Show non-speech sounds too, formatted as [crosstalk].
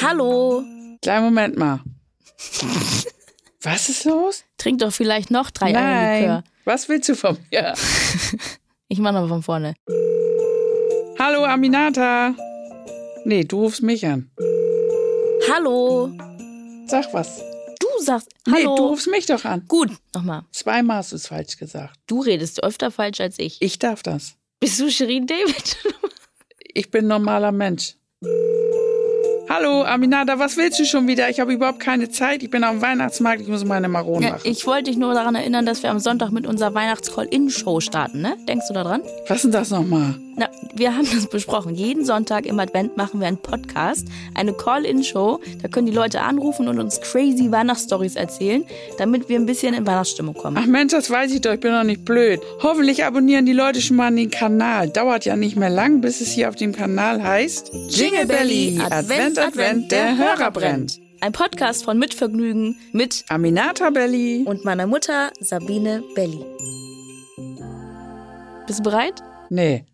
Hallo, Kleinen Moment mal. Was ist los? trink doch vielleicht noch drei Nein. Eierlikör. Was willst du von mir? Ich mach nochmal von vorne. Hallo Aminata. Nee, du rufst mich an. Hallo, Sag was. du sagst Nee, Hallo. du rufst mich doch an. Gut, nochmal. Zweimal hast du es falsch gesagt. Du redest öfter falsch als ich. Ich darf das. Bist du Shirin [laughs] David? Ich bin ein normaler Mensch. Hallo Aminata, was willst du schon wieder? Ich habe überhaupt keine Zeit. Ich bin am Weihnachtsmarkt. Ich muss meine Maronen machen. ich wollte dich nur daran erinnern, dass wir am Sonntag mit unserer Weihnachts-Call-In-Show starten, ne? Denkst du daran? Was ist denn das nochmal? Na, wir haben das besprochen. Jeden Sonntag im Advent machen wir einen Podcast, eine Call-In-Show. Da können die Leute anrufen und uns crazy Weihnachtsstories erzählen, damit wir ein bisschen in Weihnachtsstimmung kommen. Ach Mensch, das weiß ich doch, ich bin doch nicht blöd. Hoffentlich abonnieren die Leute schon mal den Kanal. Dauert ja nicht mehr lang, bis es hier auf dem Kanal heißt Ein Podcast von Mitvergnügen mit Aminata Belly. und meiner Mutter Sabine Belli. Bist du bereit? Nee.